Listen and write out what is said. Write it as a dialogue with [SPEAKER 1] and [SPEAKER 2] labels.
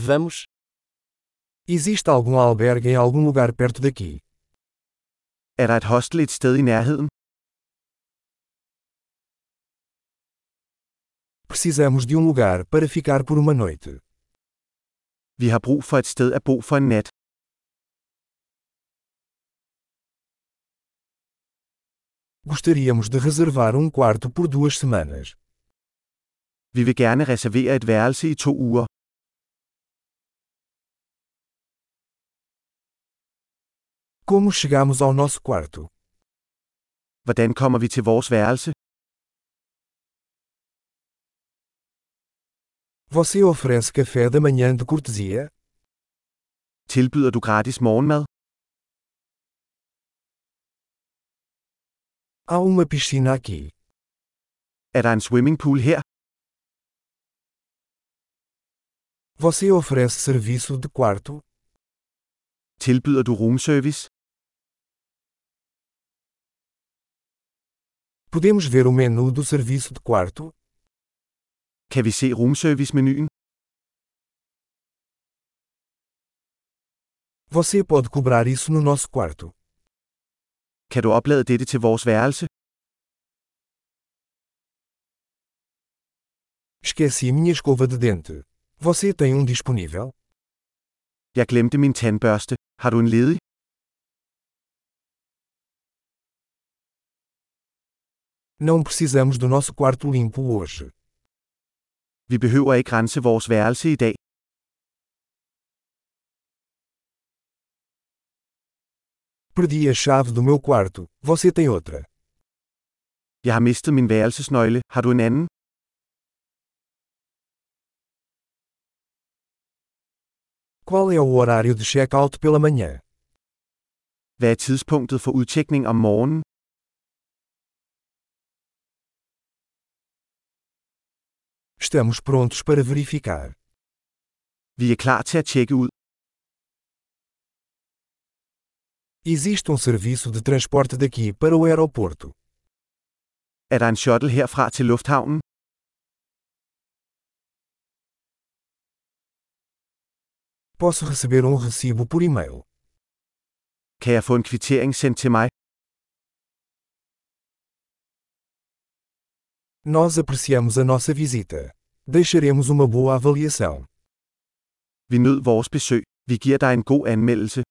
[SPEAKER 1] Vamos. Existe algum albergue em algum lugar perto daqui?
[SPEAKER 2] Er der et hostel et sted i nærheden?
[SPEAKER 1] Precisamos de um lugar para ficar por uma noite.
[SPEAKER 2] Vi har brug for et sted at bo for en nat.
[SPEAKER 1] Gostaríamos de reservar um quarto por duas semanas.
[SPEAKER 2] Vi vil gerne reservere et værelse i to uger.
[SPEAKER 1] Como chegamos ao nosso quarto?
[SPEAKER 2] Hvordan kommer vi til vores værelse?
[SPEAKER 1] Você oferece café da manhã de cortesia?
[SPEAKER 2] Tilbyder du gratis morgenmad?
[SPEAKER 1] Há uma piscina aqui.
[SPEAKER 2] Er der en swimmingpool her?
[SPEAKER 1] Você oferece serviço de quarto?
[SPEAKER 2] Tilbyder du roomservice?
[SPEAKER 1] Podemos ver o menu do serviço de quarto?
[SPEAKER 2] Kan vi se roomservice-menuen?
[SPEAKER 1] Você pode cobrar isso no nosso quarto.
[SPEAKER 2] Kan du oplade dette til vores værelse?
[SPEAKER 1] Esqueci minha escova de dente. Você tem um disponível?
[SPEAKER 2] Jeg glemte min tandbørste. Har du en ledig?
[SPEAKER 1] Não precisamos do nosso quarto limpo hoje.
[SPEAKER 2] Vi behøver ikke rense vores værelse i dag.
[SPEAKER 1] Perdi a chave do meu quarto. Você tem outra?
[SPEAKER 2] Jeg har mistet min værelsesnøgle. Har du en anden?
[SPEAKER 1] Qual é o horário de check-out pela manhã?
[SPEAKER 2] Hvad er tidspunktet for udtjekning om morgenen?
[SPEAKER 1] Estamos prontos para verificar.
[SPEAKER 2] Vi er klar til at tjekke ud.
[SPEAKER 1] Existe um serviço de transporte daqui para o aeroporto.
[SPEAKER 2] Er der en shuttle herfra til lufthavnen?
[SPEAKER 1] Posso receber um recibo por e-mail.
[SPEAKER 2] Kan jeg få en kvittering sendt til mig?
[SPEAKER 1] Nós apreciamos a nossa visita. Deixaremos uma boa avaliação.
[SPEAKER 2] Vi nød vores besøg. Vi giver dig en god anmeldelse.